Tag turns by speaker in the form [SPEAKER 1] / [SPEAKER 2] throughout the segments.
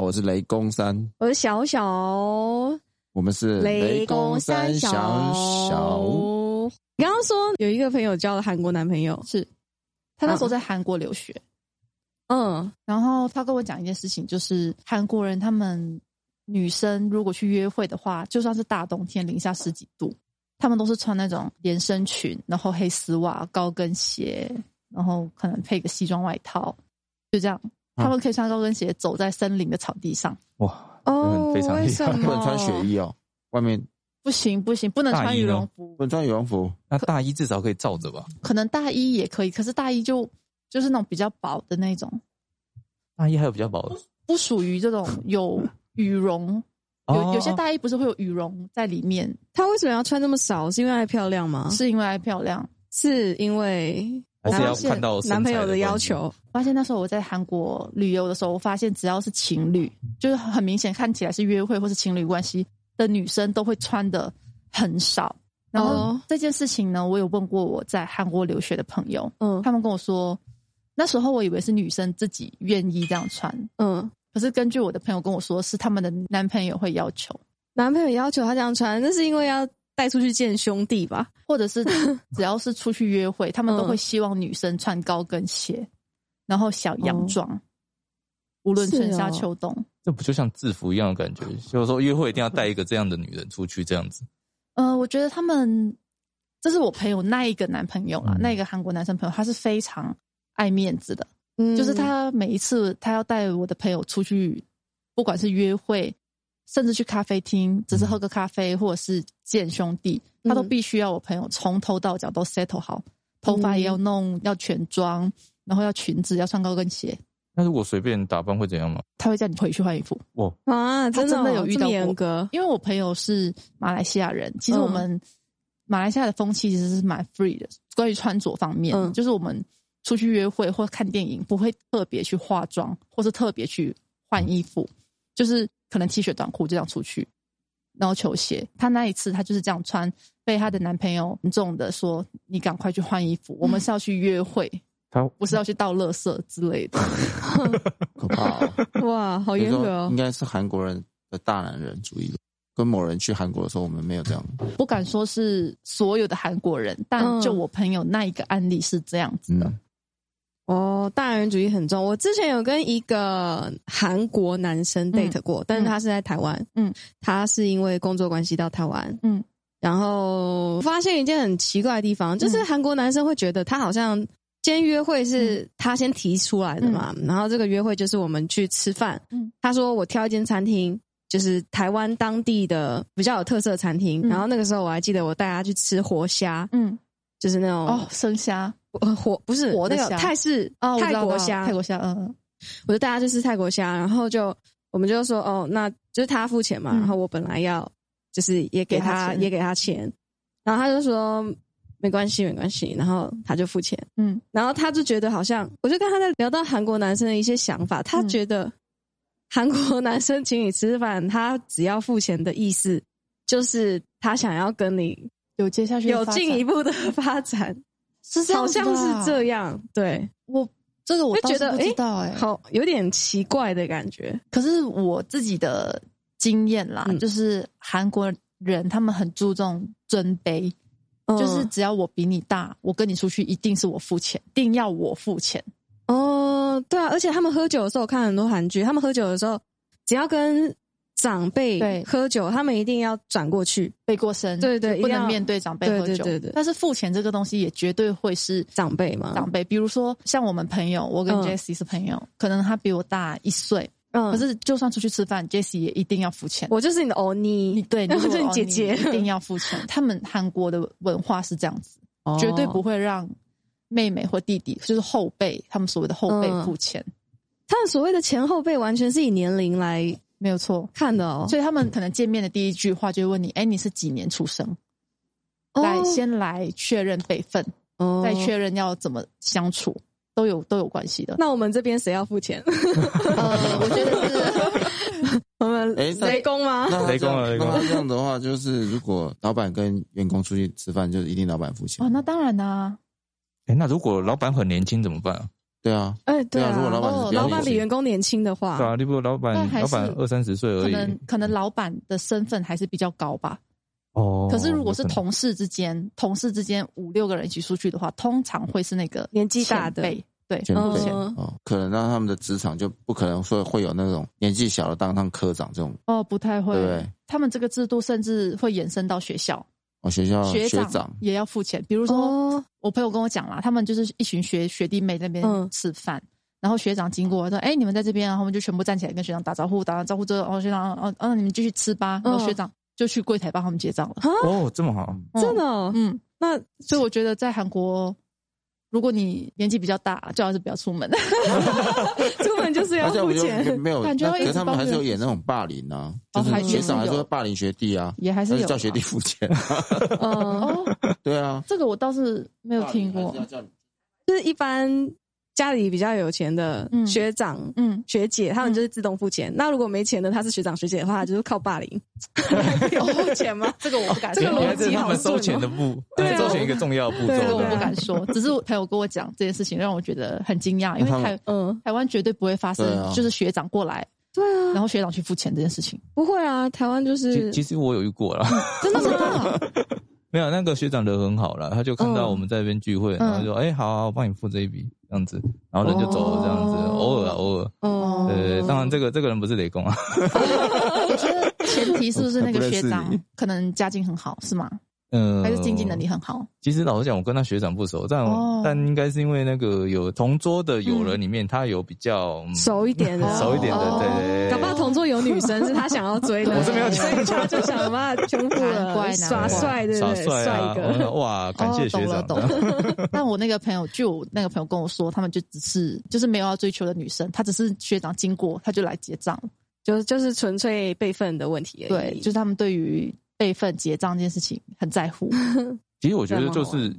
[SPEAKER 1] 我是雷公山，
[SPEAKER 2] 我是小小
[SPEAKER 1] 我们是
[SPEAKER 2] 公小
[SPEAKER 1] 小小。
[SPEAKER 2] 你刚刚说有一个朋友交了韩国男朋友，
[SPEAKER 3] 是他那时候在韩国留学，
[SPEAKER 2] 嗯，
[SPEAKER 3] 然后他跟我讲一件事情，就是韩国人他们女生如果去约会的话，就算是大冬天零下十几度，他们都是穿那种连身裙，然后黑丝袜、高跟鞋，然后可能配个西装外套，就这样。
[SPEAKER 4] 嗯
[SPEAKER 1] 啊
[SPEAKER 3] 他们可以穿高跟鞋走在森林的草地上，
[SPEAKER 4] 哇，
[SPEAKER 2] 哦，
[SPEAKER 4] 非常厉害
[SPEAKER 2] 为什么
[SPEAKER 1] 不能穿雪？衣哦，外面
[SPEAKER 3] 不行不行，不能
[SPEAKER 4] 大
[SPEAKER 3] 穿
[SPEAKER 4] 衣
[SPEAKER 3] 羽
[SPEAKER 4] 呢
[SPEAKER 3] 绒服
[SPEAKER 1] 不，能穿羽绒服。
[SPEAKER 4] 那大衣至少可以罩着吧？
[SPEAKER 3] 可能大衣也可以，可是大衣就就是那种比较薄的那种，
[SPEAKER 4] 大衣还有比较薄的，
[SPEAKER 3] 不属于这种有羽绒。有有些
[SPEAKER 4] 哦
[SPEAKER 3] 大衣不是会有羽绒在里面，
[SPEAKER 2] 她为什么要穿那么少？是因为爱漂亮吗？
[SPEAKER 3] 是因为爱漂亮。
[SPEAKER 2] 是因为
[SPEAKER 4] 还是
[SPEAKER 2] 我
[SPEAKER 4] 要
[SPEAKER 2] 发现
[SPEAKER 4] 看到身材
[SPEAKER 2] 男朋友
[SPEAKER 4] 的
[SPEAKER 2] 的
[SPEAKER 4] 关
[SPEAKER 2] 要
[SPEAKER 4] 系
[SPEAKER 2] 求。
[SPEAKER 3] 发现那时候我在韩国旅游的时候，我发现只要是情侣，就是很明显看起来是约会或是情侣关系的女生，都会穿的很少。然后
[SPEAKER 2] 哦
[SPEAKER 3] 这件事情呢，我有问过我在韩国留学的朋友，
[SPEAKER 2] 嗯
[SPEAKER 3] 他们跟我说，那时候我以为是女生自己愿意这样穿，
[SPEAKER 2] 嗯，
[SPEAKER 3] 可是根据我的朋友跟我说，是他们的男朋友会要求，
[SPEAKER 2] 男朋友要求她这样穿，那是因为要带出去见兄弟吧？
[SPEAKER 3] 或者 是只要是出去约会，他们都
[SPEAKER 2] 嗯
[SPEAKER 3] 会希望女生穿高跟鞋，然后小洋装，无论
[SPEAKER 2] 哦是
[SPEAKER 3] 春夏
[SPEAKER 2] 哦
[SPEAKER 3] 秋冬。
[SPEAKER 4] 这不就像制服一样的感觉？就是说约会一定要带一个这样的女人出去，这样子。
[SPEAKER 3] 呃，我觉得他们，这是我朋友那一个男朋友啦，
[SPEAKER 4] 嗯
[SPEAKER 3] 那一个韩国男生朋友，他是非常爱面子的，
[SPEAKER 2] 嗯
[SPEAKER 3] 就是他每一次他要带我的朋友出去，不管是约会，甚至去咖啡厅，只是喝个咖啡，或者是见兄弟，他都
[SPEAKER 2] 嗯
[SPEAKER 3] 必须要我朋友从头到脚都 settle 好，头发
[SPEAKER 2] 嗯
[SPEAKER 3] 也要弄，要全妆，然后要裙子，要穿高跟鞋，
[SPEAKER 4] 那如果随便打扮会怎样吗？
[SPEAKER 3] 他会叫你回去换衣服。
[SPEAKER 2] 啊，
[SPEAKER 3] 他
[SPEAKER 2] 真的
[SPEAKER 3] 真的
[SPEAKER 2] 哦
[SPEAKER 3] 有遇
[SPEAKER 2] 这么
[SPEAKER 3] 到过
[SPEAKER 2] 严格，
[SPEAKER 3] 因为我朋友是马来西亚人，其实
[SPEAKER 2] 嗯
[SPEAKER 3] 我们马来西亚的风气其实是蛮 free 的，关于穿着方面，
[SPEAKER 2] 嗯
[SPEAKER 3] 就是我们出去约会或看电影不会特别去化妆，或是特别去换衣服，就是可能 T 恤短裤就这样出去，然后球鞋。她那一次她就是这样穿，被她的男朋友严重的说：“你赶快去换衣服，我们是要去约会，
[SPEAKER 4] 她
[SPEAKER 3] 不是要去倒垃圾之类的。”
[SPEAKER 1] 可怕哦！
[SPEAKER 2] 哇，好
[SPEAKER 1] 好
[SPEAKER 2] 严格哦
[SPEAKER 1] 应。该是韩国人的大男人主义。跟某人去韩国的时候，我们没有这样。
[SPEAKER 3] 不敢说是所有的韩国人，但
[SPEAKER 2] 嗯
[SPEAKER 3] 就我朋友那一个案例是这样子的。
[SPEAKER 1] 嗯，
[SPEAKER 2] 哦，大男人主义很重。我之前有跟一个韩国男生 date 过，但是他是在台湾，
[SPEAKER 3] 嗯，
[SPEAKER 2] 他是因为工作关系到台湾，
[SPEAKER 3] 嗯，
[SPEAKER 2] 然后发现一件很奇怪的地方，
[SPEAKER 3] 嗯
[SPEAKER 2] 就是韩国男生会觉得他好像今天约会
[SPEAKER 3] 嗯
[SPEAKER 2] 是他先提出来的嘛，然后这个约会就是我们去吃饭，
[SPEAKER 3] 嗯，
[SPEAKER 2] 他说我挑一间餐厅。就是台湾当地的比较有特色的餐厅，
[SPEAKER 3] 嗯
[SPEAKER 2] 然后那个时候我还记得我带他去吃活虾，
[SPEAKER 3] 嗯，
[SPEAKER 2] 就是那种
[SPEAKER 3] 哦，生虾
[SPEAKER 2] 呃活不是
[SPEAKER 3] 活的
[SPEAKER 2] 那个
[SPEAKER 3] 虾
[SPEAKER 2] 泰式
[SPEAKER 3] 哦，我知
[SPEAKER 2] 泰
[SPEAKER 3] 道
[SPEAKER 2] 国
[SPEAKER 3] 知道
[SPEAKER 2] 虾
[SPEAKER 3] 泰国虾，嗯
[SPEAKER 2] 我就带他去吃泰国虾，然后就我们就说哦，那就是他付钱嘛，
[SPEAKER 3] 嗯
[SPEAKER 2] 然后我本来要就是也给他
[SPEAKER 3] 给他钱
[SPEAKER 2] 也给他钱，然后他就说没关系没关系，然后他就付钱，
[SPEAKER 3] 嗯
[SPEAKER 2] 然后他就觉得好像我就跟他在聊到韩国男生的一些想法，他
[SPEAKER 3] 嗯
[SPEAKER 2] 觉得韩国 男生请你吃饭，他只要付钱的意思就是他想要跟你
[SPEAKER 3] 有接下去
[SPEAKER 2] 有进一
[SPEAKER 3] 步，
[SPEAKER 2] 步的发展，
[SPEAKER 3] 是这样
[SPEAKER 2] 好
[SPEAKER 3] 子的
[SPEAKER 2] 像是
[SPEAKER 3] 啊
[SPEAKER 2] 这，样，对，
[SPEAKER 3] 我这个我
[SPEAKER 2] 会
[SPEAKER 3] 倒是
[SPEAKER 2] 觉得
[SPEAKER 3] 不知道哎，
[SPEAKER 2] 好有点奇怪的感觉，
[SPEAKER 3] 可是我自己的经验啦
[SPEAKER 2] 嗯，
[SPEAKER 3] 就是韩国人他们很注重尊卑，就是
[SPEAKER 2] 嗯
[SPEAKER 3] 只要我比你大，我跟你出去一定是我付钱，一定要我付钱，
[SPEAKER 2] 哦，对啊，而且他们喝酒的时候，我看很多韩剧，他们喝酒的时候，只要跟长辈
[SPEAKER 3] 对
[SPEAKER 2] 喝酒，他们一定要转过去，
[SPEAKER 3] 背过身，
[SPEAKER 2] 对对
[SPEAKER 3] 就不
[SPEAKER 2] 一定
[SPEAKER 3] 能
[SPEAKER 2] 要
[SPEAKER 3] 面对长辈
[SPEAKER 2] 对
[SPEAKER 3] 喝
[SPEAKER 2] 对
[SPEAKER 3] 酒
[SPEAKER 2] 对对，
[SPEAKER 3] 但是付钱这个东西也绝对会是
[SPEAKER 2] 长辈嘛，
[SPEAKER 3] 长辈，比如说像我们朋友，我跟
[SPEAKER 2] 嗯
[SPEAKER 3] Jessie 是朋友，可能他比我大一岁，
[SPEAKER 2] 嗯，
[SPEAKER 3] 可是就算出去吃饭，Jessie 也一定要付钱。
[SPEAKER 2] 我就是你的欧尼，
[SPEAKER 3] 对，
[SPEAKER 2] 我
[SPEAKER 3] 如
[SPEAKER 2] 是
[SPEAKER 3] 果
[SPEAKER 2] 你姐
[SPEAKER 3] 哦
[SPEAKER 2] 姐，
[SPEAKER 3] 你一定要付钱。他们韩国的文化是这样子，绝对不
[SPEAKER 2] 哦。
[SPEAKER 3] 会让妹妹或弟弟，就是后辈，他们所谓的后辈
[SPEAKER 2] 嗯
[SPEAKER 3] 付钱，
[SPEAKER 2] 他们所谓的前后辈，完全是以年龄来
[SPEAKER 3] 没有错。
[SPEAKER 2] 看的哦，
[SPEAKER 3] 所以他们可能见面的第一句话就会问你：“哎，你是几年出生？”
[SPEAKER 2] 哦
[SPEAKER 3] 来，先来确认辈分，
[SPEAKER 2] 哦。
[SPEAKER 3] 再确认要怎么相处，都有都有关系的
[SPEAKER 2] 那我们这边谁要付钱？
[SPEAKER 3] 呃，我觉 得是
[SPEAKER 2] 我们
[SPEAKER 1] 哎那
[SPEAKER 2] 雷公吗？
[SPEAKER 1] 那
[SPEAKER 4] 雷公啊
[SPEAKER 1] 这样
[SPEAKER 4] 雷公
[SPEAKER 1] 那这样的话，就是如果老板跟员工出
[SPEAKER 3] 哦
[SPEAKER 1] 去吃饭，就是一定老板付钱
[SPEAKER 3] 哦，。那当然啦、
[SPEAKER 4] 哎，那如果老板很年轻怎么办啊？
[SPEAKER 1] 对啊，
[SPEAKER 2] 哎，对
[SPEAKER 1] 对啊如果老板是
[SPEAKER 2] 哦
[SPEAKER 1] 比较
[SPEAKER 2] 老板比
[SPEAKER 1] 年轻
[SPEAKER 2] 员工年轻的话
[SPEAKER 4] 对，啊，例如老板
[SPEAKER 3] 但还
[SPEAKER 4] 老板
[SPEAKER 3] 是
[SPEAKER 4] 二三十岁而
[SPEAKER 3] 可
[SPEAKER 4] 已，
[SPEAKER 3] 能可能老板的身份还是比较高吧。
[SPEAKER 4] 哦。
[SPEAKER 3] 可是如果是
[SPEAKER 4] 有可能
[SPEAKER 3] 同事之间，同事之间五六个人一起出去的话，通常会是那个
[SPEAKER 2] 年纪大的
[SPEAKER 3] 前辈对
[SPEAKER 1] 前辈
[SPEAKER 3] 前
[SPEAKER 2] 嗯
[SPEAKER 1] 哦，可能让他们的职场就不可能说会有那种年纪小的当上科长这种，
[SPEAKER 3] 哦，不太会
[SPEAKER 1] 对不。对？
[SPEAKER 3] 他们这个制度甚至会延伸到学校，
[SPEAKER 1] 哦，学校
[SPEAKER 3] 学
[SPEAKER 1] 学
[SPEAKER 3] 长也要付钱。比如说，
[SPEAKER 2] 哦，
[SPEAKER 3] 我朋友跟我讲啦，他们就是一群学学弟妹在那
[SPEAKER 2] 嗯
[SPEAKER 3] 边吃饭，然后学长经过说：“哎，你们在这边啊。”他们就全部站起来跟学长打招呼，打完招呼之后，哦，学长，哦，嗯、你们继续吃吧。然后
[SPEAKER 2] 嗯
[SPEAKER 3] 学长就去柜台帮他们结账了。
[SPEAKER 4] 哦这么好，
[SPEAKER 3] 嗯
[SPEAKER 2] 真的哦，
[SPEAKER 3] 嗯，
[SPEAKER 2] 那
[SPEAKER 3] 所以我觉得在韩国，如果你年纪比较大，最好是不要出门。
[SPEAKER 2] 出门就是要
[SPEAKER 1] 而且
[SPEAKER 2] 付
[SPEAKER 1] 我就
[SPEAKER 2] 钱，
[SPEAKER 1] 没有，
[SPEAKER 3] 啊感觉
[SPEAKER 1] 那
[SPEAKER 3] 会一
[SPEAKER 1] 可是
[SPEAKER 3] 直
[SPEAKER 1] 他们
[SPEAKER 3] 抱
[SPEAKER 1] 还是
[SPEAKER 3] 怨
[SPEAKER 1] 有演那种霸凌啊，
[SPEAKER 3] 哦
[SPEAKER 1] 就是
[SPEAKER 3] 还
[SPEAKER 1] 学
[SPEAKER 3] 也是
[SPEAKER 1] 长还是
[SPEAKER 3] 有
[SPEAKER 1] 会霸凌学弟啊，
[SPEAKER 3] 也还是
[SPEAKER 1] 但
[SPEAKER 3] 有
[SPEAKER 1] 是叫学弟
[SPEAKER 3] 啦
[SPEAKER 1] 付钱，啊
[SPEAKER 2] 嗯，
[SPEAKER 3] 哦，
[SPEAKER 1] 对啊，
[SPEAKER 3] 这个我倒是 没有听
[SPEAKER 1] 哦
[SPEAKER 3] 过。
[SPEAKER 2] 就是一般家里比较有钱的
[SPEAKER 3] 嗯
[SPEAKER 2] 学长。
[SPEAKER 3] 嗯，
[SPEAKER 2] 学姐，他们就是自动付钱。那如果没钱的，他是学长学姐的话，他就是靠霸 凌，还可以付钱吗？
[SPEAKER 3] 这个我不敢
[SPEAKER 2] 这
[SPEAKER 3] 说，
[SPEAKER 2] 个
[SPEAKER 4] 原
[SPEAKER 2] 逻
[SPEAKER 4] 来这
[SPEAKER 2] 辑
[SPEAKER 4] 是他
[SPEAKER 2] 好
[SPEAKER 4] 们
[SPEAKER 2] 顺
[SPEAKER 4] 收钱
[SPEAKER 2] 哦
[SPEAKER 4] 的步，
[SPEAKER 2] 对啊
[SPEAKER 4] 收钱一个重要步骤。
[SPEAKER 2] 对啊
[SPEAKER 3] 这个我
[SPEAKER 2] 对啊
[SPEAKER 3] 不敢说。只是我朋友跟我讲这件事情，让我觉得很惊讶，因
[SPEAKER 1] 那他们
[SPEAKER 3] 为台
[SPEAKER 2] 嗯，
[SPEAKER 3] 台湾绝对不会发生
[SPEAKER 1] 对啊，
[SPEAKER 3] 就是学长过来，
[SPEAKER 2] 对啊，
[SPEAKER 3] 然后学长去付钱这件事情。
[SPEAKER 2] 不会啊，台湾就
[SPEAKER 4] 其
[SPEAKER 2] 是
[SPEAKER 4] 其实我有遇过啦，
[SPEAKER 2] 真的 吗？
[SPEAKER 4] 没有那个学长人很好啦，他就看到
[SPEAKER 2] 嗯
[SPEAKER 4] 我们在那边聚会，
[SPEAKER 3] 嗯
[SPEAKER 4] 然后就哎好啊，我帮你付这一笔这样子，然后人就走了这样子，
[SPEAKER 2] 哦
[SPEAKER 4] 偶尔啊偶尔。
[SPEAKER 2] 哦
[SPEAKER 4] 呃，当然这个这个人不是雷公
[SPEAKER 3] 哦
[SPEAKER 4] 啊，
[SPEAKER 3] 我觉得前提是不是那个
[SPEAKER 4] 不认识
[SPEAKER 3] 学长
[SPEAKER 4] 你
[SPEAKER 3] 可能家境很好，是吗？
[SPEAKER 4] 嗯，
[SPEAKER 3] 还是经济能力很好？
[SPEAKER 4] 其实老实讲，我跟他学长不熟，但、
[SPEAKER 3] 哦
[SPEAKER 4] 但应该是因为那个有同桌的友人里面，他有比较、嗯
[SPEAKER 2] 熟一点的，
[SPEAKER 4] 熟一点的，
[SPEAKER 2] 哦
[SPEAKER 4] 对对对。
[SPEAKER 2] 搞不好同桌有女生是他想要追的，
[SPEAKER 4] 我是没有
[SPEAKER 2] 所以他就想把他全部
[SPEAKER 3] 难怪
[SPEAKER 2] 了，
[SPEAKER 3] 难
[SPEAKER 2] 耍
[SPEAKER 3] 怪
[SPEAKER 2] 帅，对不
[SPEAKER 4] 耍
[SPEAKER 2] 对？
[SPEAKER 4] 帅啊
[SPEAKER 2] 帅一！个，
[SPEAKER 4] 我哇，感谢学
[SPEAKER 3] 哦、
[SPEAKER 4] 长。
[SPEAKER 3] 懂了懂了。但我那个朋友，据我那个朋友跟我说，他们就只是就是没有要追求的女生，她只是学长经过，她就来结账。
[SPEAKER 2] 就就是纯粹辈分的问题而
[SPEAKER 3] 对，
[SPEAKER 2] 已。
[SPEAKER 3] 就是他们对于备份结账这件事情很在乎。
[SPEAKER 4] 其实我觉得就
[SPEAKER 2] 这样
[SPEAKER 4] 是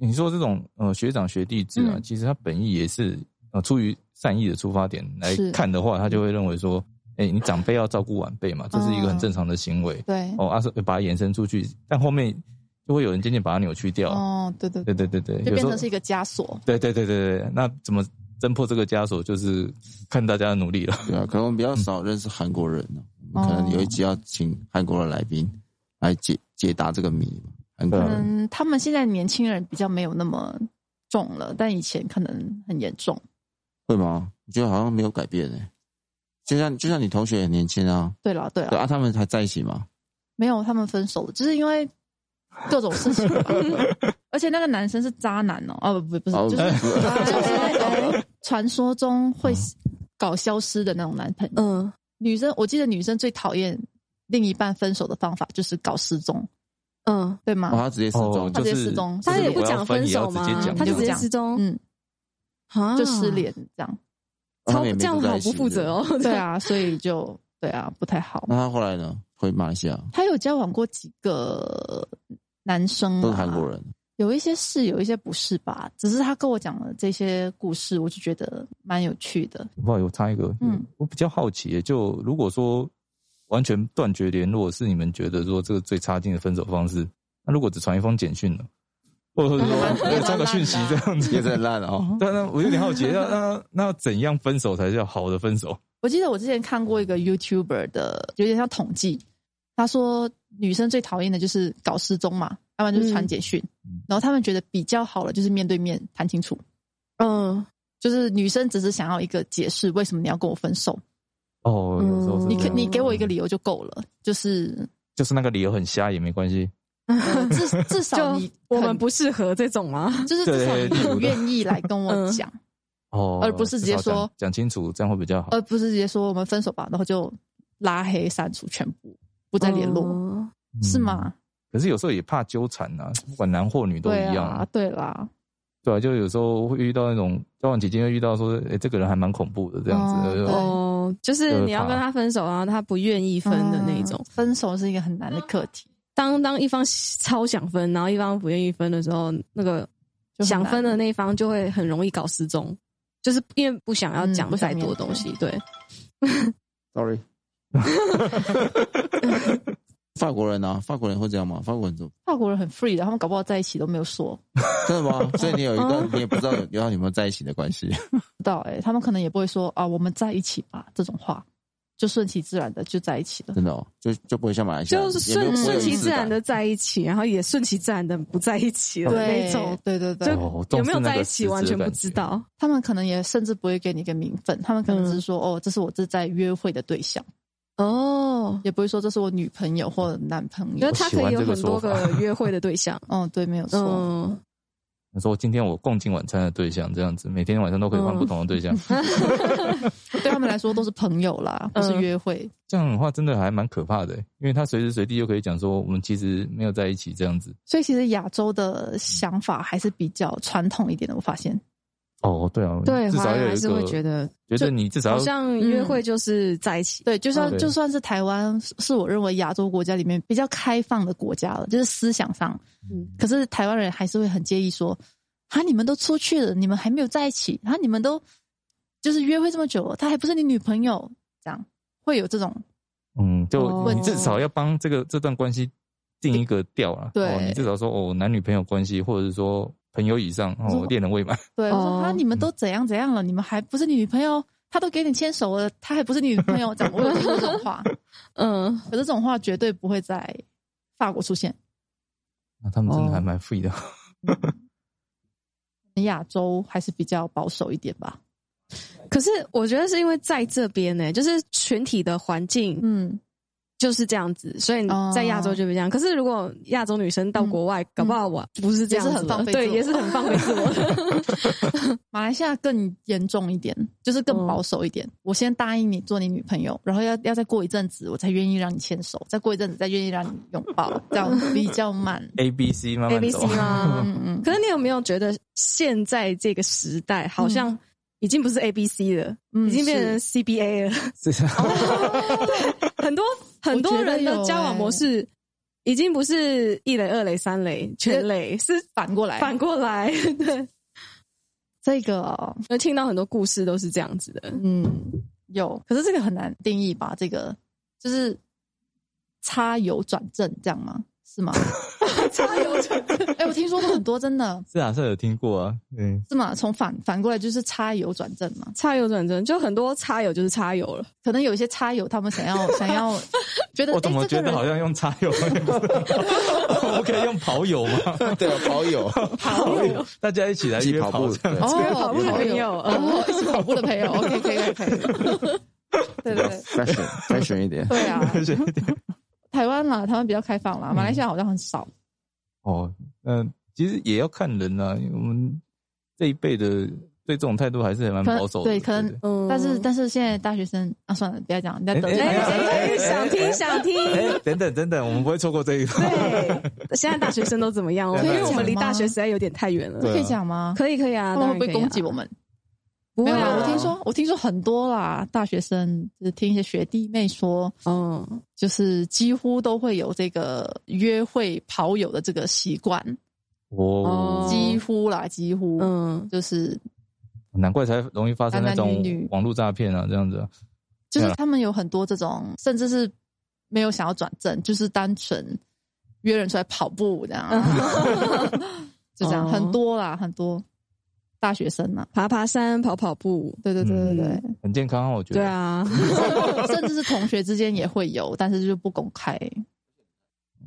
[SPEAKER 4] 你说这种呃学长学弟制啊，
[SPEAKER 3] 嗯
[SPEAKER 4] 其实他本意也是呃出于善意的出发点来
[SPEAKER 3] 是
[SPEAKER 4] 看的话，他就会认为说，哎、你长辈要照顾晚辈嘛，这是一个
[SPEAKER 3] 嗯
[SPEAKER 4] 很正常的行为。
[SPEAKER 3] 对，
[SPEAKER 4] 哦，啊，是把它延伸出去，但后面就会有人渐渐把它扭曲掉。
[SPEAKER 3] 哦，对对
[SPEAKER 4] 对
[SPEAKER 3] 对，
[SPEAKER 4] 对对对，
[SPEAKER 3] 就
[SPEAKER 4] 有
[SPEAKER 3] 变
[SPEAKER 4] 时候
[SPEAKER 3] 成是一个枷锁。
[SPEAKER 4] 对对对对对，那怎么侦破这个枷锁，就是看大家的努力了。
[SPEAKER 1] 对啊，可能我们比较少认识韩国人呢、我们可
[SPEAKER 3] 哦
[SPEAKER 1] 能有一集要请韩国的来宾来解解答这个谜嘛。韩国
[SPEAKER 4] 对
[SPEAKER 1] 人，
[SPEAKER 3] 嗯，他们现在年轻人比较没有那么重了，但以前可能很严重。
[SPEAKER 1] 会吗？我觉得好像没有改变诶、就像就像你同学也年轻啊，
[SPEAKER 3] 对了对
[SPEAKER 1] 对
[SPEAKER 3] 了，
[SPEAKER 1] 啊，他们还在一起吗？
[SPEAKER 3] 没有他们分手了，就是因为 各种事情 吧。而且那个男生是渣男哦，哦不不不是，
[SPEAKER 1] 哦
[SPEAKER 3] 就是
[SPEAKER 2] 哎
[SPEAKER 3] 就是那种传说中会搞消失的那种男朋友。
[SPEAKER 2] 嗯，
[SPEAKER 3] 女生，我记得女生最讨厌另一半分手的方法就是搞失踪，
[SPEAKER 2] 嗯，
[SPEAKER 3] 对
[SPEAKER 1] 哦，
[SPEAKER 3] 吗？
[SPEAKER 1] 他直接失 踪，
[SPEAKER 3] 他
[SPEAKER 4] 就
[SPEAKER 3] 直接
[SPEAKER 4] 是
[SPEAKER 3] 失踪
[SPEAKER 4] 就
[SPEAKER 2] 他
[SPEAKER 4] 是
[SPEAKER 2] 也
[SPEAKER 4] 我
[SPEAKER 2] 不
[SPEAKER 4] 要
[SPEAKER 2] 讲
[SPEAKER 4] 分
[SPEAKER 2] 分
[SPEAKER 4] 也要
[SPEAKER 2] 手
[SPEAKER 4] 直
[SPEAKER 2] 嘛
[SPEAKER 4] 接讲，
[SPEAKER 2] 他就直
[SPEAKER 4] 这
[SPEAKER 2] 接
[SPEAKER 4] 样
[SPEAKER 2] 失踪，
[SPEAKER 3] 嗯，
[SPEAKER 2] 啊
[SPEAKER 3] 就失，联这样。
[SPEAKER 1] 他
[SPEAKER 2] 超
[SPEAKER 1] 们也没
[SPEAKER 2] 这样
[SPEAKER 1] 住在
[SPEAKER 2] 好
[SPEAKER 1] 一起
[SPEAKER 2] 不负责。哦。
[SPEAKER 3] 对啊，所以就对啊，不太好
[SPEAKER 1] 对。那他后来呢？回马来西亚，
[SPEAKER 3] 他有交往过几个男生、啊，
[SPEAKER 1] 都是韩国人，
[SPEAKER 3] 有一些是，有一些不是吧？只是他跟我讲了这些故事，我就觉得蛮有趣的。
[SPEAKER 4] 不好意思，我插一个，
[SPEAKER 3] 嗯
[SPEAKER 4] 嗯，我比较好奇耶，就如果说完全断绝联络是你们觉得说这个最差劲的分手方式，那如果只传一封简讯呢？或者是
[SPEAKER 3] 那
[SPEAKER 4] 说
[SPEAKER 3] 蛮
[SPEAKER 4] 对传个讯息这样
[SPEAKER 1] 也
[SPEAKER 4] 子？
[SPEAKER 1] 在烂哦。
[SPEAKER 4] 对，啊那我有点好奇，那那那要怎样分手才叫好的分手？
[SPEAKER 3] 我记得我之前看过一个 YouTuber 的，有点像统计，他说女生最讨厌的就是搞失踪嘛，要不然就是传简讯，
[SPEAKER 4] 嗯
[SPEAKER 3] 然后他们觉得比较好的就是面对面谈清楚，
[SPEAKER 2] 嗯，
[SPEAKER 3] 就是女生只是想要一个解释，为什么你要跟我分手？
[SPEAKER 4] 哦，有时候是
[SPEAKER 2] 嗯
[SPEAKER 3] 你
[SPEAKER 4] 这
[SPEAKER 3] 可
[SPEAKER 4] 样
[SPEAKER 3] 你给我一个理由就够了，就是、
[SPEAKER 4] 就是那个理由很瞎也没关系，
[SPEAKER 3] 呃至至少
[SPEAKER 2] 就
[SPEAKER 3] 你
[SPEAKER 2] 我
[SPEAKER 3] 肯
[SPEAKER 2] 们不适合这种吗？
[SPEAKER 3] 就是至少
[SPEAKER 4] 对例如
[SPEAKER 3] 你
[SPEAKER 4] 的
[SPEAKER 3] 愿意来跟我
[SPEAKER 2] 嗯
[SPEAKER 3] 讲。
[SPEAKER 4] 哦，
[SPEAKER 3] 而不是直接
[SPEAKER 4] 至少讲
[SPEAKER 3] 说呃
[SPEAKER 4] 讲清楚，这样会比较好。
[SPEAKER 3] 而不是直接说我们分手吧，然后就拉黑、删除全部，不再联络，
[SPEAKER 2] 嗯
[SPEAKER 3] 是吗？
[SPEAKER 4] 可是有时候也怕纠缠啊，不管男或女都
[SPEAKER 3] 对
[SPEAKER 4] 一样
[SPEAKER 3] 啊，，对啦，
[SPEAKER 4] 对啊，就有时候会遇到那种交往期间会遇到说，诶，这个人还蛮恐怖的这样子，
[SPEAKER 3] 哦
[SPEAKER 4] 呃
[SPEAKER 3] 对
[SPEAKER 2] 哦，就是你要跟他分手，然啊后他不愿意分的那种
[SPEAKER 3] 嗯。分手是一个很难的课题，
[SPEAKER 2] 当当一方超想分，然后一方不愿意分的时候，那个
[SPEAKER 3] 就很
[SPEAKER 2] 想
[SPEAKER 3] 难
[SPEAKER 2] 分的那一方就会很容易搞失踪，就是因为不想要
[SPEAKER 3] 嗯
[SPEAKER 2] 讲
[SPEAKER 3] 不想
[SPEAKER 2] 太
[SPEAKER 3] 面
[SPEAKER 2] 多
[SPEAKER 3] 对
[SPEAKER 2] 东西。对，
[SPEAKER 1] Sorry，法国人啊，法国人会这样吗？法国人怎么
[SPEAKER 3] 法国人很 free 的，他们搞不好在一起都没有说，
[SPEAKER 1] 真的 吗？所以你有一
[SPEAKER 2] 哦
[SPEAKER 1] 段，你也不知道有有有没有在一起的关系。
[SPEAKER 3] 不知道哎、他们可能也不会说啊，我们在一起吧这种话，就顺其自然的就在一起了。
[SPEAKER 1] 真的哦，就就不会像马来西亚，
[SPEAKER 2] 就是
[SPEAKER 1] 也没有
[SPEAKER 2] 顺
[SPEAKER 1] 不会有
[SPEAKER 2] 顺
[SPEAKER 1] 仪
[SPEAKER 2] 其
[SPEAKER 1] 式
[SPEAKER 2] 自然
[SPEAKER 1] 感
[SPEAKER 2] 的在一起，然后也顺其自然的不在一起了那种，
[SPEAKER 3] 对对对，
[SPEAKER 2] 就
[SPEAKER 4] 哦
[SPEAKER 2] 有没有
[SPEAKER 4] 重视那个
[SPEAKER 2] 在一起
[SPEAKER 4] 实质
[SPEAKER 2] 完全
[SPEAKER 4] 的
[SPEAKER 2] 不
[SPEAKER 4] 感觉
[SPEAKER 2] 知道。
[SPEAKER 3] 他们可能也甚至不会给你一个名分，他们可能
[SPEAKER 2] 嗯
[SPEAKER 3] 只是说、哦，这是我这在约会的对象，
[SPEAKER 2] 哦，
[SPEAKER 3] 也不会说这是我女朋友或男朋
[SPEAKER 2] 因
[SPEAKER 3] 友
[SPEAKER 2] 为。他可以有很多个 约会的对象。
[SPEAKER 3] 哦，对，没有错。
[SPEAKER 2] 嗯，
[SPEAKER 4] 你说今天我共进晚餐的对象这样子，每天晚上都可以
[SPEAKER 2] 嗯
[SPEAKER 4] 换不同的 对象，
[SPEAKER 3] 对他们来说都是朋友啦，不是
[SPEAKER 2] 嗯
[SPEAKER 3] 约会。
[SPEAKER 4] 这样的话真的还蛮可怕的，欸因为他随时随地就可以讲说我们其实没有在一起这样子。
[SPEAKER 3] 所以其实亚洲的想法还是比较传统一点的，我发现。
[SPEAKER 4] 哦，对啊，
[SPEAKER 2] 对，
[SPEAKER 4] 至
[SPEAKER 2] 华
[SPEAKER 4] 少要
[SPEAKER 2] 人
[SPEAKER 4] 有
[SPEAKER 2] 还
[SPEAKER 4] 一
[SPEAKER 2] 是
[SPEAKER 4] 个
[SPEAKER 2] 会觉得，
[SPEAKER 4] 觉得你至少
[SPEAKER 2] 好
[SPEAKER 4] 要嗯
[SPEAKER 2] 像约会就是在一起。
[SPEAKER 3] 对，就算、
[SPEAKER 4] 对
[SPEAKER 3] 就算是台湾，是是我认为亚洲国家里面比较开放的国家了，就是思想上。
[SPEAKER 2] 嗯
[SPEAKER 3] 可是台湾人还是会很介意说，啊，你们都出去了，你们还没有在一起，啊，你们都就是约会这么久了，她还不是你女朋友，这样会有这种
[SPEAKER 4] 嗯，就
[SPEAKER 2] 哦
[SPEAKER 4] 你至少要帮这个这段关系定一个调啊。
[SPEAKER 3] 对
[SPEAKER 4] 哦，你至少说哦，男女朋友关系，或者是说朋友以上哦
[SPEAKER 3] 说，
[SPEAKER 4] 恋人未满。
[SPEAKER 3] 对，我说
[SPEAKER 2] 哦
[SPEAKER 3] 啊，你们都怎样怎样了，你们还不是你女朋友？她都给你牵手了，她还不是你女朋友？这样我有听过这种话，
[SPEAKER 2] 嗯，
[SPEAKER 3] 可这种话绝对不会在法国出现。
[SPEAKER 4] 那他们真的还
[SPEAKER 2] 哦
[SPEAKER 4] 蛮 free 的。
[SPEAKER 3] 亚洲还是比较保守一点吧。
[SPEAKER 2] 可是我觉得是因为在这边呢、就是群体的环境
[SPEAKER 3] 嗯，
[SPEAKER 2] 就是这样子，所以
[SPEAKER 3] 哦
[SPEAKER 2] 在亚洲就会这样。可是如果亚洲女生
[SPEAKER 4] 嗯
[SPEAKER 2] 到国外，搞不好我不是这样子
[SPEAKER 3] 也是很放
[SPEAKER 2] 的，
[SPEAKER 3] 飞
[SPEAKER 2] 对，
[SPEAKER 3] 自我
[SPEAKER 2] 也是很放飞自我 的。
[SPEAKER 3] 马来西亚更严重一点，就是更保守一点。我先答应你做你女朋友，然后要要再过一阵子，我才愿意让你牵手，再过一阵子再愿意让你拥抱，这样比较慢。
[SPEAKER 4] A B C 慢
[SPEAKER 2] A
[SPEAKER 4] 慢
[SPEAKER 2] B
[SPEAKER 4] 走啊
[SPEAKER 2] C 吗？
[SPEAKER 3] 嗯嗯，
[SPEAKER 2] 可是你有没有觉得现在这个时代
[SPEAKER 4] 嗯
[SPEAKER 2] 好像已经不是 A B C 了，
[SPEAKER 3] 嗯
[SPEAKER 2] 已经变成
[SPEAKER 3] 是
[SPEAKER 2] C B A 了？ 哦
[SPEAKER 4] 是啊
[SPEAKER 2] 很 多很多人的交
[SPEAKER 3] 欸
[SPEAKER 2] 往模式已经不是一垒、二垒、三垒、全垒，是
[SPEAKER 3] 反过来，
[SPEAKER 2] 反过来。 对，
[SPEAKER 3] 这个
[SPEAKER 2] 我听到很多故事都是这样子的。
[SPEAKER 3] 嗯，有，可是这个很难定义吧？这个就是插油转正这样吗？是 吗？
[SPEAKER 2] 差有点
[SPEAKER 3] 哎、我听说过很多，真的
[SPEAKER 4] 是啊，是有听过啊。嗯，
[SPEAKER 3] 是吗？从反反过来就是插油转正嘛？
[SPEAKER 2] 差有转正，就很多差友就是差友了。
[SPEAKER 3] 可能有一些插油，他们想 要想要觉得，
[SPEAKER 4] 我怎么
[SPEAKER 3] 哎
[SPEAKER 4] 觉
[SPEAKER 3] 这个
[SPEAKER 4] 得
[SPEAKER 3] 人
[SPEAKER 4] 好像用 擦油？我们可以用跑友 吗？
[SPEAKER 1] 对啊，跑友，
[SPEAKER 4] 跑友， 大家一起来
[SPEAKER 1] 一起
[SPEAKER 4] 约
[SPEAKER 1] 跑
[SPEAKER 4] 跑
[SPEAKER 1] 步，
[SPEAKER 4] 这样
[SPEAKER 1] 对
[SPEAKER 3] 哦，
[SPEAKER 2] 约跑步的朋友
[SPEAKER 3] 哦，一起跑步的朋友，OK，可以，可以，可以，对对对，
[SPEAKER 1] ，fashion fashion 一点，
[SPEAKER 3] 对 啊，台湾啦，台湾比较开放啦，马来西亚好像很少，
[SPEAKER 4] 哦，嗯、其实也要看人啦、因为我们这一辈的对这种态度还是蛮
[SPEAKER 3] 可能
[SPEAKER 4] 保守的。
[SPEAKER 3] 对可能
[SPEAKER 2] 嗯，
[SPEAKER 3] 但是但是现在大学生啊，算了，不要讲，人家等
[SPEAKER 4] 哎
[SPEAKER 2] 哎
[SPEAKER 4] 哎
[SPEAKER 2] 哎哎，想听想听。
[SPEAKER 4] 哎、等等等等，我们不会错过这一个。
[SPEAKER 2] 对，现在大学生都怎么样哦？
[SPEAKER 4] 可以
[SPEAKER 2] 因
[SPEAKER 4] 讲吗
[SPEAKER 2] 为我们离大学实在有点太远
[SPEAKER 4] 对
[SPEAKER 2] 了。
[SPEAKER 4] 啊
[SPEAKER 3] 可以讲吗？
[SPEAKER 2] 可以可以啊，
[SPEAKER 3] 他们会不
[SPEAKER 2] 当然可
[SPEAKER 3] 会
[SPEAKER 2] 以啊
[SPEAKER 3] 攻击我？们？
[SPEAKER 2] 不
[SPEAKER 3] 没
[SPEAKER 2] 会
[SPEAKER 3] 有
[SPEAKER 2] 啊，
[SPEAKER 3] 啦，我听说，我听说很多啦，大学生就是听一些学弟妹说，
[SPEAKER 2] 嗯，
[SPEAKER 3] 就是几乎都会有这个约会跑友的这个习惯，
[SPEAKER 4] 哦
[SPEAKER 2] 哦
[SPEAKER 3] 几乎啦，几乎，
[SPEAKER 2] 嗯，
[SPEAKER 3] 就是
[SPEAKER 4] 难怪才容易发生那
[SPEAKER 3] 男男
[SPEAKER 4] 种
[SPEAKER 3] 女女
[SPEAKER 4] 网络诈骗啊，这样子啊、
[SPEAKER 3] 就是
[SPEAKER 4] 对啊
[SPEAKER 3] 他们有很多这种，甚至是没有想要转正，就是单纯约人出来跑步这样， 就这样，
[SPEAKER 2] 哦
[SPEAKER 3] 很多啦，很多大学生啊，
[SPEAKER 2] 爬爬山，跑跑步，
[SPEAKER 3] 对对对对对。
[SPEAKER 4] 很健康啊，我觉得。
[SPEAKER 2] 对啊，
[SPEAKER 3] 甚至是同学之间也会有，但是就是不公开。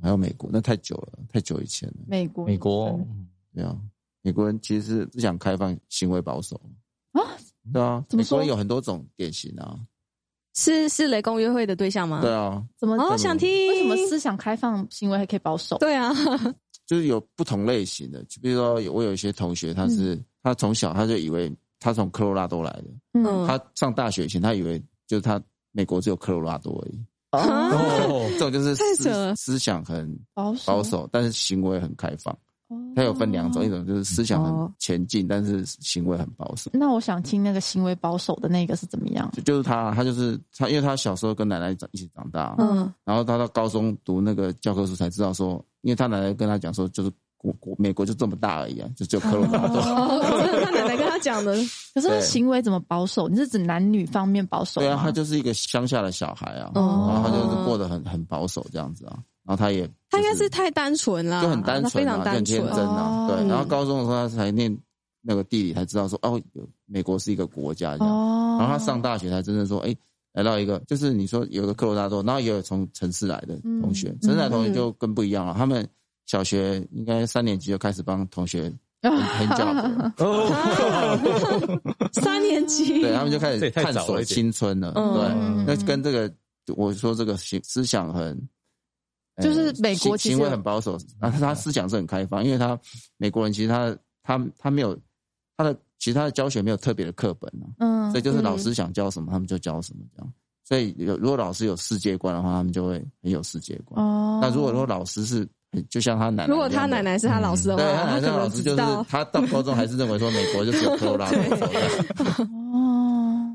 [SPEAKER 1] 还有美国，那太久了，太久以前了，
[SPEAKER 3] 美国，
[SPEAKER 4] 美国
[SPEAKER 3] 哦
[SPEAKER 4] 嗯
[SPEAKER 1] 对啊，美国人其实是不想开放，行为保守
[SPEAKER 3] 啊，
[SPEAKER 1] 对啊，
[SPEAKER 3] 怎么
[SPEAKER 1] 美
[SPEAKER 3] 说
[SPEAKER 1] 国人有很多种典型啊，
[SPEAKER 2] 是是雷公约会的对象吗？
[SPEAKER 1] 对啊，
[SPEAKER 3] 怎么
[SPEAKER 2] 哦，想听
[SPEAKER 3] 为什么思想开放，行为还可以保守？
[SPEAKER 2] 对啊，
[SPEAKER 1] 就是有不同类型的，就比如说有我有一些同学，他是、他从小他就以为他从科罗拉多来的，
[SPEAKER 2] 嗯
[SPEAKER 1] 他上大学以前他以为就是他美国只有科罗拉多而已，
[SPEAKER 2] 啊
[SPEAKER 4] 哦
[SPEAKER 1] 这，种就是
[SPEAKER 2] 太扯了嗯
[SPEAKER 1] 思思想很
[SPEAKER 3] 保守，
[SPEAKER 1] 保守，但是行为很开放。
[SPEAKER 3] 哦
[SPEAKER 1] 它有分两种，一。种就是思想
[SPEAKER 2] 哦
[SPEAKER 1] 很前进，但是行为很保守。
[SPEAKER 3] 那我想听那个行为保守的那个是怎么样？
[SPEAKER 1] 就就是他，他就是他，因为他小时候跟奶奶一起长大，
[SPEAKER 2] 嗯
[SPEAKER 1] 然后他到高中读那个教科书才知道说，因为他奶奶跟他讲说，就是我国美国就这么大而已啊，就只有科罗拉多。
[SPEAKER 2] 哦， 他奶奶跟他讲的，
[SPEAKER 3] 可是他
[SPEAKER 1] 对
[SPEAKER 3] 行为怎么保守？你是指男女方面保守吗？
[SPEAKER 1] 对啊，他就是一个乡下的小孩啊，
[SPEAKER 2] 哦
[SPEAKER 1] 然后他就是过得很很保守这样子啊，然后他也、
[SPEAKER 2] 他应该是太单纯啦，
[SPEAKER 1] 就很单
[SPEAKER 2] 他非
[SPEAKER 1] 纯
[SPEAKER 2] 常
[SPEAKER 1] 啊，就
[SPEAKER 2] 单
[SPEAKER 1] 很天
[SPEAKER 2] 纯
[SPEAKER 1] 真。啊，
[SPEAKER 3] 哦
[SPEAKER 1] 对。然后高中的时候他才念那个地理，才知道说哦，有美国是一个国家这样。
[SPEAKER 3] 哦，
[SPEAKER 1] 然后他上大学才真正说，哎，来到一个就是你说有个科罗拉多，然后也有从城市来的同学，
[SPEAKER 3] 嗯
[SPEAKER 1] 城市来的同学就更不一样了，他们小学应该三年级就开始帮同学很教了，
[SPEAKER 4] 哦，
[SPEAKER 2] 哦三年级，
[SPEAKER 1] 对他们就开
[SPEAKER 4] 这
[SPEAKER 1] 始
[SPEAKER 4] 也太
[SPEAKER 1] 探
[SPEAKER 4] 早了
[SPEAKER 1] 索
[SPEAKER 4] 一点
[SPEAKER 1] 青春了，
[SPEAKER 2] 嗯
[SPEAKER 1] 对。
[SPEAKER 3] 嗯
[SPEAKER 1] 那跟这个我说这个思思想很，
[SPEAKER 2] 嗯
[SPEAKER 1] 呃
[SPEAKER 3] 就是美国
[SPEAKER 1] 行
[SPEAKER 3] 其实
[SPEAKER 1] 行为很保守啊，他思想是很开放，因为他美国人其实他他他没有他的其实他的教学没有特别的课本啊，
[SPEAKER 3] 嗯
[SPEAKER 1] 所以就是老
[SPEAKER 2] 嗯
[SPEAKER 1] 师想教什么他们就教什么这样。所以有如果老师有世界观的话，他们就会很有世界观。
[SPEAKER 3] 哦，
[SPEAKER 1] 那如果说老师是很就像他奶奶一样的，
[SPEAKER 2] 如果他奶奶是他老师的
[SPEAKER 1] 嗯对
[SPEAKER 2] 话，
[SPEAKER 1] 他
[SPEAKER 2] 他
[SPEAKER 1] 奶奶
[SPEAKER 2] 可能
[SPEAKER 1] 老师
[SPEAKER 2] 只
[SPEAKER 1] 就是
[SPEAKER 2] 知道
[SPEAKER 1] 他到高中还是认为说美国就是有科罗拉多 州这样
[SPEAKER 3] 哦，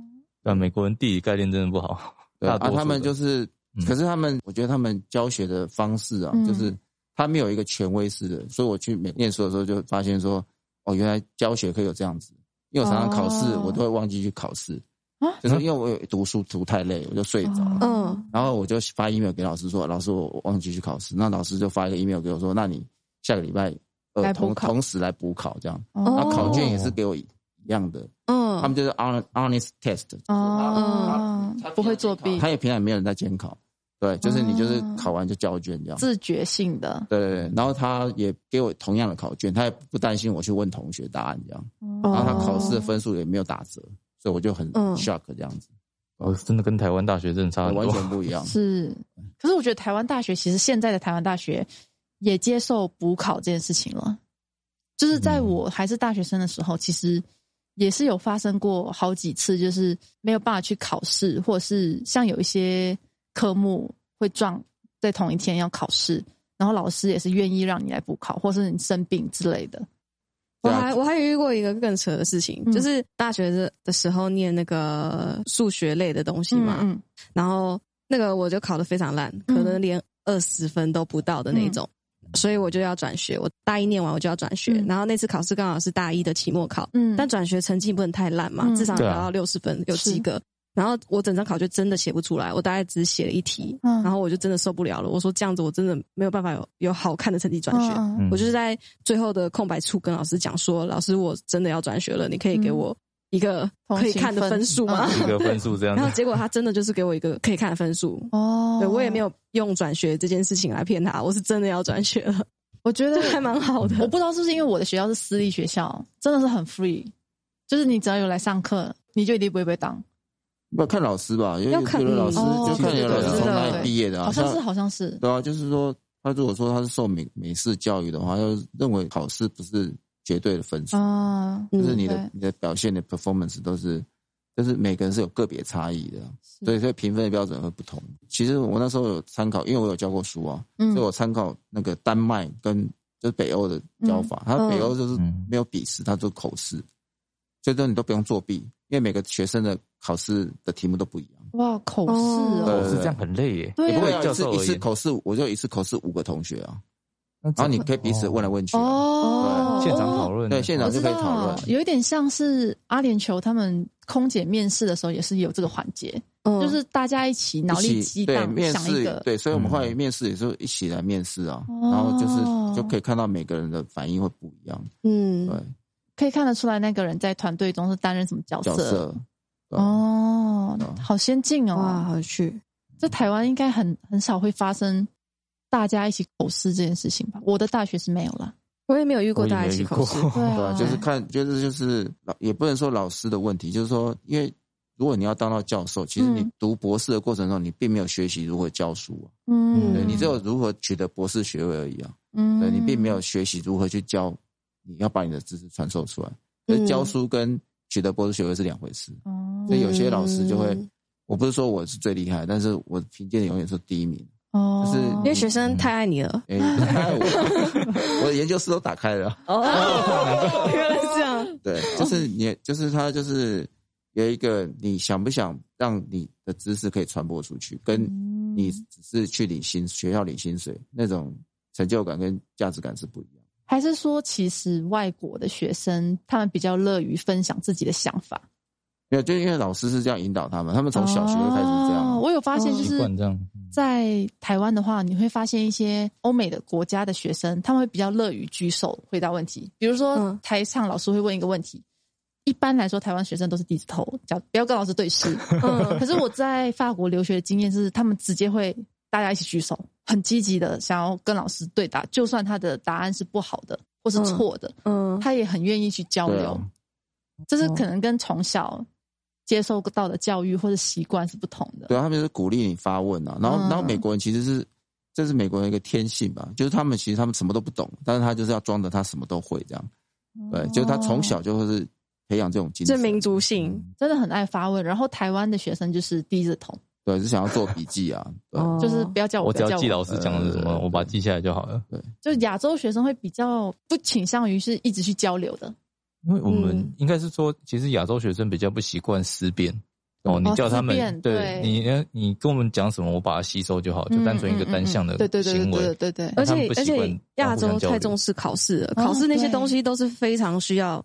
[SPEAKER 4] 但美国人地理概念真的不好，
[SPEAKER 1] 对
[SPEAKER 4] 大多
[SPEAKER 1] 啊，
[SPEAKER 4] 数的
[SPEAKER 1] 他们就是
[SPEAKER 4] 嗯，
[SPEAKER 1] 可是他们，我觉得他们教学的方式啊
[SPEAKER 3] 嗯，
[SPEAKER 1] 就是他没有一个权威式的，所以我去美念书的时候就发现说，哦，原来教学可以有这样子，因为我常常考试
[SPEAKER 3] 哦
[SPEAKER 1] 我都会忘记去考试
[SPEAKER 3] 啊，哦
[SPEAKER 1] 就是因为我有读书读太累，我就睡着了。
[SPEAKER 2] 嗯
[SPEAKER 1] 然后我就发 email 给老师说，老师我我忘记去考试，那老师就发一个 email 给我说，那你下个礼拜
[SPEAKER 3] 来
[SPEAKER 1] 呃
[SPEAKER 3] 补
[SPEAKER 1] 同
[SPEAKER 3] 考
[SPEAKER 1] 同时来补考这样，
[SPEAKER 2] 哦
[SPEAKER 1] 那考卷也
[SPEAKER 4] 哦
[SPEAKER 1] 是给我一样的，他
[SPEAKER 2] 嗯
[SPEAKER 1] 们就是 honest honest test，就是他
[SPEAKER 3] 哦，不会作弊，
[SPEAKER 1] 他也平常没有人在监考，对，就是你就是考完就交卷这样。
[SPEAKER 3] 自觉性的
[SPEAKER 1] 对对对，然后他也给我同样的考卷，他也不担心我去问同学答案这样，
[SPEAKER 3] 哦
[SPEAKER 1] 然后他考试的分数也没有打折，所以我就很
[SPEAKER 2] 嗯
[SPEAKER 1] shock 这样子，
[SPEAKER 4] 哦，真的跟台湾大学真的差很
[SPEAKER 1] 完
[SPEAKER 4] 多。
[SPEAKER 1] 全不一样。
[SPEAKER 3] 是，可是我觉得台湾大学其实现在的台湾大学也接受补考这件事情了，就是在我还是大学生的时候，
[SPEAKER 2] 嗯
[SPEAKER 3] 其实也是有发生过好几次，就是没有办法去考试，或者是像有一些科目会撞在同一天要考试，然后老师也是愿意让你来补考，或是你生病之类的。
[SPEAKER 2] 我
[SPEAKER 1] 对啊
[SPEAKER 2] 还我还遇过一个更扯的事情，
[SPEAKER 3] 嗯
[SPEAKER 2] 就是大学的的时候念那个数学类的东西嘛，
[SPEAKER 3] 嗯
[SPEAKER 2] 然后那个我就考得非常烂，
[SPEAKER 3] 嗯
[SPEAKER 2] 可能连二十分都不到的那种，所以我就要转学。我大一念完我就要转学，
[SPEAKER 3] 嗯
[SPEAKER 2] 然后那次考试刚好是大一的期末考，
[SPEAKER 3] 嗯，
[SPEAKER 2] 但转学成绩不能太烂嘛，
[SPEAKER 3] 嗯
[SPEAKER 2] 至少
[SPEAKER 4] 对
[SPEAKER 2] 要
[SPEAKER 4] 啊
[SPEAKER 2] 到六十分有及格。然后我整张考卷真的写不出来，我大概只写了一题，
[SPEAKER 3] 嗯
[SPEAKER 2] 然后我就真的受不了了。我说这样子我真的没有办法有有好看的成绩转学。
[SPEAKER 3] 嗯
[SPEAKER 4] 嗯
[SPEAKER 2] 我就是在最后的空白处跟老师讲说，老师我真的要转学了，你可以
[SPEAKER 3] 嗯
[SPEAKER 2] 给我一个可以看的分数吗？
[SPEAKER 4] 一个分数这样
[SPEAKER 2] 然后
[SPEAKER 4] 子，
[SPEAKER 2] 结果他真的就是给我一个可以看的分数。
[SPEAKER 3] 哦，
[SPEAKER 2] 对我也没，有用转学这件事情来骗他，我是真的要转 学了，
[SPEAKER 3] 我觉得
[SPEAKER 2] 这还蛮好的。
[SPEAKER 3] 我不知道是不是因为我的学校是私立学校，真的是很 free，就是你只要有来上课，你就一定不会被挡。
[SPEAKER 1] 要看老师吧，有
[SPEAKER 2] 要
[SPEAKER 1] 有
[SPEAKER 2] 看
[SPEAKER 1] 的老师
[SPEAKER 3] 嗯
[SPEAKER 1] 就看有的老师从哪里毕业的
[SPEAKER 3] 好
[SPEAKER 1] 啊，
[SPEAKER 3] 像是，好像是，
[SPEAKER 1] 对啊，就是说他如果说他是受美美式教育的话，要认为考试不是绝对的分数，
[SPEAKER 3] 啊，
[SPEAKER 2] 嗯
[SPEAKER 1] 就是你的
[SPEAKER 3] 对
[SPEAKER 1] 你的表现、你的 performance 都是，就是每个人是有个别差异的，
[SPEAKER 3] 是
[SPEAKER 1] 所以所以评分的标准会不同。其实我那时候有参考，因为我有教过书啊，
[SPEAKER 3] 嗯
[SPEAKER 1] 所以我参考那个丹麦跟就是北欧的教法，它北欧就是
[SPEAKER 4] 嗯
[SPEAKER 1] 没有笔试，它就是口试，所以说你都不用作弊，因为每个学生的考试的题目都不一样。
[SPEAKER 3] 哇，口试
[SPEAKER 1] 对
[SPEAKER 3] 哦，
[SPEAKER 4] 哦，是这样很累耶。
[SPEAKER 3] 对
[SPEAKER 1] 也不会
[SPEAKER 3] 啊，
[SPEAKER 1] 啊
[SPEAKER 4] 教
[SPEAKER 1] 一次
[SPEAKER 4] 授而言
[SPEAKER 1] 一次口试，我就一次口试五个同学啊，
[SPEAKER 4] 然
[SPEAKER 1] 然后你可以彼此问来问去啊、
[SPEAKER 3] 哦，
[SPEAKER 4] 现场讨
[SPEAKER 3] 论。
[SPEAKER 4] 论，
[SPEAKER 1] 对现
[SPEAKER 3] 我
[SPEAKER 1] 场
[SPEAKER 3] 知
[SPEAKER 1] 就可以讨
[SPEAKER 3] 道
[SPEAKER 1] 论，
[SPEAKER 3] 有一点像是阿联酋他们空姐面试的时候也是有这个环节，
[SPEAKER 2] 嗯
[SPEAKER 3] 就是大家一起脑力
[SPEAKER 1] 一
[SPEAKER 3] 激
[SPEAKER 1] 起对
[SPEAKER 3] 荡
[SPEAKER 1] 面
[SPEAKER 3] 想一
[SPEAKER 1] 试
[SPEAKER 3] 个，
[SPEAKER 1] 对，所以我们
[SPEAKER 4] 嗯
[SPEAKER 1] 后来面试也是一起来面试啊，
[SPEAKER 3] 哦
[SPEAKER 1] 然后就是就可以看到每个人的反应会不一样，
[SPEAKER 2] 嗯
[SPEAKER 1] 对，
[SPEAKER 3] 可以看得出来那个人在团队中是担任什么角
[SPEAKER 1] 角
[SPEAKER 3] 色。
[SPEAKER 1] 色，嗯对，
[SPEAKER 3] 哦，好先进哦！
[SPEAKER 2] 哇，好有趣，
[SPEAKER 3] 在台湾应该很很少会发生大家一起口试这件事情吧？我的大学是没有啦。
[SPEAKER 2] 我也没有遇过
[SPEAKER 4] 我也
[SPEAKER 2] 大家一
[SPEAKER 4] 没
[SPEAKER 2] 起
[SPEAKER 4] 遇
[SPEAKER 2] 考
[SPEAKER 4] 过
[SPEAKER 2] 试，
[SPEAKER 3] 对
[SPEAKER 1] 对啊，
[SPEAKER 3] 啊，
[SPEAKER 1] 就是看，就是就是老，也不能说老师的问题，就是说，因为如果你要当到教授，其实你
[SPEAKER 3] 嗯
[SPEAKER 1] 读博士的过程中，你并没有学习如何教书啊，
[SPEAKER 3] 嗯，
[SPEAKER 1] 对你只有如何取得博士学位而已啊，
[SPEAKER 3] 嗯，
[SPEAKER 1] 对你并没有学习如何去教，你要把你的知识传授出来，所
[SPEAKER 2] 嗯
[SPEAKER 1] 以教书跟取得博士学位是两回事。
[SPEAKER 3] 哦
[SPEAKER 1] 所以有些老师就会
[SPEAKER 2] 嗯，
[SPEAKER 1] 我不是说我是最厉害，但是我评鉴永远是第一名。
[SPEAKER 3] 哦，
[SPEAKER 1] 就是
[SPEAKER 2] 因为学生太爱你了。
[SPEAKER 1] 哎，我 我的研究室都打开了。
[SPEAKER 2] 哦，
[SPEAKER 4] 嗯
[SPEAKER 2] 原来是这样。
[SPEAKER 1] 对，就是你，就是他，就是有一个你想不想让你的知识可以传播出去，跟
[SPEAKER 3] 嗯
[SPEAKER 1] 你只是去领薪学校领薪水那种成就感跟价值感是不一样。
[SPEAKER 3] 还是说其实外国的学生他们比较乐于分享自己的想法？
[SPEAKER 1] 没有，就因为老师是这样引导他们，他们从小学就开始这样。
[SPEAKER 3] 哦我有发现，就
[SPEAKER 4] 习
[SPEAKER 3] 是
[SPEAKER 4] 惯这样，
[SPEAKER 3] 在台湾的话，你会发现一些欧美的国家的学生，他们会比较乐于举手回答问题。比如说
[SPEAKER 2] 嗯，
[SPEAKER 3] 台上老师会问一个问题，一般来说，台湾学生都是低着头，讲不要跟老师 对视。
[SPEAKER 2] 嗯
[SPEAKER 3] 可是我在法国留学的经验是，他们直接会大家一起举手，很积极的想要跟老师对答，就算他的答案是不好的或是
[SPEAKER 2] 嗯
[SPEAKER 3] 错的，
[SPEAKER 2] 嗯，
[SPEAKER 3] 他也很愿意去交
[SPEAKER 1] 对
[SPEAKER 3] 流
[SPEAKER 1] 啊。
[SPEAKER 3] 这是可能跟从小接受到的教育或者习惯是不同的。
[SPEAKER 1] 对啊，他们是鼓励你发问啊。然后，
[SPEAKER 3] 嗯
[SPEAKER 1] 然后美国人其实是这是美国人一个天性吧，就是他们其实他们什么都不懂，但是他就是要装的他什么都会这样。对，就是他从小就会是培养这种精
[SPEAKER 2] 这
[SPEAKER 1] 神，
[SPEAKER 2] 民族性，
[SPEAKER 3] 真的很爱发问。然后台湾的学生就是低着头，
[SPEAKER 1] 对，是想要做笔记啊。
[SPEAKER 4] 嗯
[SPEAKER 1] 对
[SPEAKER 2] 哦
[SPEAKER 3] 就是不要叫我，
[SPEAKER 4] 我
[SPEAKER 3] 不
[SPEAKER 4] 只
[SPEAKER 3] 要
[SPEAKER 4] 要
[SPEAKER 3] 叫
[SPEAKER 4] 记
[SPEAKER 3] 我。
[SPEAKER 4] 老师讲的什
[SPEAKER 1] 呃
[SPEAKER 4] 么，我把它记下来就好了。
[SPEAKER 3] 就是亚洲学生会比较不倾向于是一直去交流的，
[SPEAKER 4] 因为我们
[SPEAKER 2] 嗯
[SPEAKER 4] 应该是说，其实亚洲学生比较不习惯思辨。哦，你
[SPEAKER 3] 哦
[SPEAKER 4] 叫他
[SPEAKER 3] 思辨
[SPEAKER 4] 们，
[SPEAKER 3] 对嗯
[SPEAKER 4] 你，你跟我们讲什么，我把它吸收就好，就单纯一个单向的
[SPEAKER 3] 对对对
[SPEAKER 4] 行
[SPEAKER 3] 对
[SPEAKER 4] 为。
[SPEAKER 3] 对对对。
[SPEAKER 2] 而
[SPEAKER 4] 他们
[SPEAKER 2] 且
[SPEAKER 4] 不
[SPEAKER 2] 而
[SPEAKER 4] 习惯
[SPEAKER 2] 且亚
[SPEAKER 4] 互
[SPEAKER 2] 洲
[SPEAKER 4] 相交
[SPEAKER 2] 太
[SPEAKER 4] 流
[SPEAKER 2] 重视考试了，
[SPEAKER 3] 哦
[SPEAKER 2] 考试那些
[SPEAKER 3] 对
[SPEAKER 2] 东西都是非常需要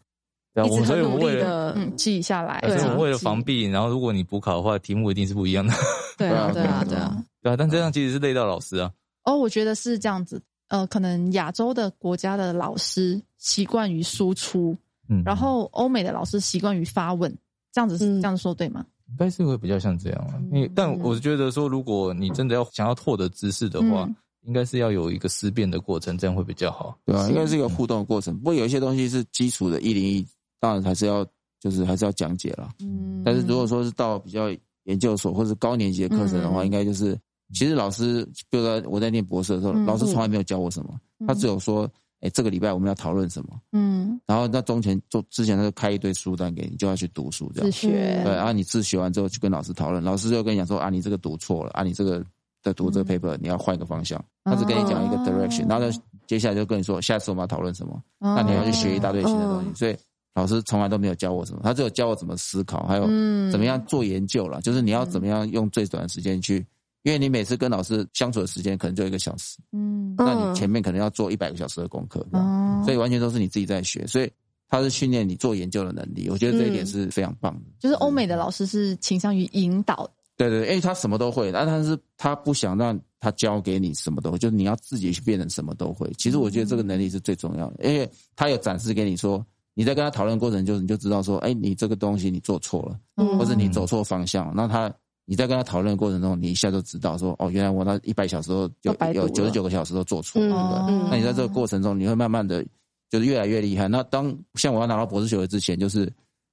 [SPEAKER 4] 对啊，
[SPEAKER 2] 一
[SPEAKER 4] 我
[SPEAKER 2] 直
[SPEAKER 4] 们所
[SPEAKER 2] 很
[SPEAKER 4] 以我
[SPEAKER 2] 努力
[SPEAKER 4] 为了，
[SPEAKER 2] 的，
[SPEAKER 3] 嗯，记下来。
[SPEAKER 1] 呃
[SPEAKER 4] 所以
[SPEAKER 2] 对啊
[SPEAKER 4] 我们为了防
[SPEAKER 3] 记，
[SPEAKER 4] 避，然后如果你补考的话，题目一定是不一样的。
[SPEAKER 3] 对啊，对
[SPEAKER 1] 对
[SPEAKER 3] 啊
[SPEAKER 1] 啊，
[SPEAKER 3] 对啊。
[SPEAKER 4] 对啊，但这样其实是累到老师啊。
[SPEAKER 3] 哦，我觉得是这样子。呃，可能亚洲的国家的老师习惯于输出，
[SPEAKER 4] 嗯，
[SPEAKER 3] 然后欧美的老师习惯于发问，这样子是
[SPEAKER 2] 嗯
[SPEAKER 3] 这样说对吗？
[SPEAKER 4] 应该是会比较像这样啊。因为但我觉得说，如果你真的要想要获得知识的话
[SPEAKER 3] 嗯，
[SPEAKER 4] 应该是要有一个思辨的过程，这样会比较好。
[SPEAKER 1] 对啊，应该是一个互动的过程。不过有一些东西是基础的，一零一当然还是要就是还是要讲解啦。
[SPEAKER 3] 嗯
[SPEAKER 1] 但是如果说是到比较研究所或是高年级的课程的话，
[SPEAKER 3] 嗯
[SPEAKER 1] 应该就是其实老师，比如说我在念博士的时候，
[SPEAKER 3] 嗯
[SPEAKER 1] 老师从来没有教我什么，他只有说，哎，这个礼拜我们要讨论什么，
[SPEAKER 3] 嗯
[SPEAKER 1] 然后那中前做之前他就开一堆书单给你，你就要去读书这
[SPEAKER 3] 自
[SPEAKER 1] 样。
[SPEAKER 3] 学，
[SPEAKER 1] 对啊，你自学完之后去跟老师讨论，老师就跟你讲说啊，你这个读错了啊，你这个在读这个 paper，你要换一个方向。他只跟你讲一个
[SPEAKER 3] 哦
[SPEAKER 1] direction，然后就接下来就跟你说下次我们要讨论什么。
[SPEAKER 3] 哦
[SPEAKER 1] 那你要去学一大堆新的东西。
[SPEAKER 2] 嗯
[SPEAKER 1] 所以老师从来都没有教我什么，他只有教我怎么思考，还有
[SPEAKER 3] 嗯
[SPEAKER 1] 怎么样做研究啦，就是你要怎么样用最短的时间
[SPEAKER 3] 嗯
[SPEAKER 1] 去，因为你每次跟老师相处的时间可能就一个小时，
[SPEAKER 3] 嗯
[SPEAKER 2] 嗯
[SPEAKER 1] 那你前面可能要做一百个小时的功课，这样
[SPEAKER 3] 哦，
[SPEAKER 1] 所以完全都是你自己在学，所以他是训练你做研究的能力，我觉得这一
[SPEAKER 3] 嗯
[SPEAKER 1] 点是非常棒的。
[SPEAKER 3] 就是欧美的老师是倾向于引导，
[SPEAKER 1] 对对，对因为他什么都会，啊但但是他不想让他教给你什么都会，就是你要自己去变成什么都会。其实我觉得这个能力是最重要的，因为他有展示给你说，你在跟他讨论过程中，你就知道说，哎，你这个东西你做错了，
[SPEAKER 2] 嗯
[SPEAKER 1] 或者你走错方向了。
[SPEAKER 3] 嗯
[SPEAKER 1] 那他你在跟他讨论的过程中，你一下就知道说，哦，原来我那一百小时都
[SPEAKER 3] 都
[SPEAKER 1] 有
[SPEAKER 3] 白读了
[SPEAKER 1] 有九十九个小时都做错了，
[SPEAKER 2] 嗯
[SPEAKER 1] 对不对？
[SPEAKER 3] 哦
[SPEAKER 1] 那你在这个过程中，你会慢慢的就是越来越厉害。那当像我要拿到博士学位之前，就是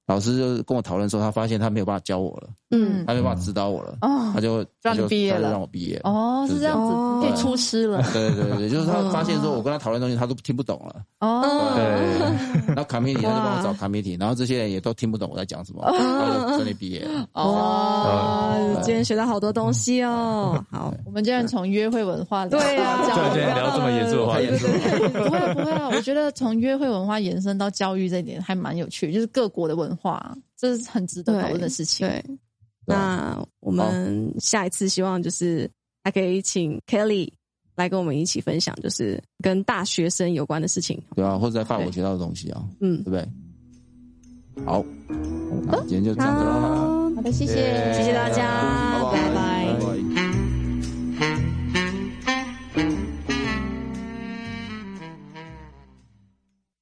[SPEAKER 1] 老师就是跟我讨论说，他发现他没有办法教我了，
[SPEAKER 2] 嗯，
[SPEAKER 1] 他没有办法指导我了。
[SPEAKER 3] 哦
[SPEAKER 1] 他就他
[SPEAKER 3] 让你
[SPEAKER 1] 就
[SPEAKER 3] 毕业
[SPEAKER 1] 他就
[SPEAKER 3] 了
[SPEAKER 1] 让我毕业。
[SPEAKER 3] 哦是这样
[SPEAKER 2] 哦
[SPEAKER 3] 子，可以出师了
[SPEAKER 1] 对对对对，就是他发现说我跟他讨论东西，他都听不懂了。
[SPEAKER 2] 嗯
[SPEAKER 3] 哦，
[SPEAKER 1] 然后 committee 他就帮我找
[SPEAKER 2] 哇
[SPEAKER 1] committee，然后这些人也都听不懂我在讲什么，然后就顺利毕业了。
[SPEAKER 2] 哦哇
[SPEAKER 3] 哦，
[SPEAKER 2] 今天学到好多东西哦，好，
[SPEAKER 3] 我们竟然从约会文化聊
[SPEAKER 2] 对啊
[SPEAKER 3] 到
[SPEAKER 2] 突
[SPEAKER 4] 然间聊这么严肃的话
[SPEAKER 1] 太严肃了
[SPEAKER 3] 不会不会啊，我觉得从约会文化延伸到教育这一点还蛮有趣，就是各国的文化，这是很值得讨论的事情。
[SPEAKER 2] 对，那我们下一次希望就是还可以请 Kelly 来跟我们一起分享，就是跟大学生有关的事情。
[SPEAKER 1] 对啊，或者在法国学到的东西啊，
[SPEAKER 2] 嗯
[SPEAKER 1] 对，不对？好，那今天就这样子了啦。
[SPEAKER 2] 好，
[SPEAKER 3] 好的，谢谢，
[SPEAKER 2] 谢谢大家，
[SPEAKER 1] 拜拜
[SPEAKER 2] 拜拜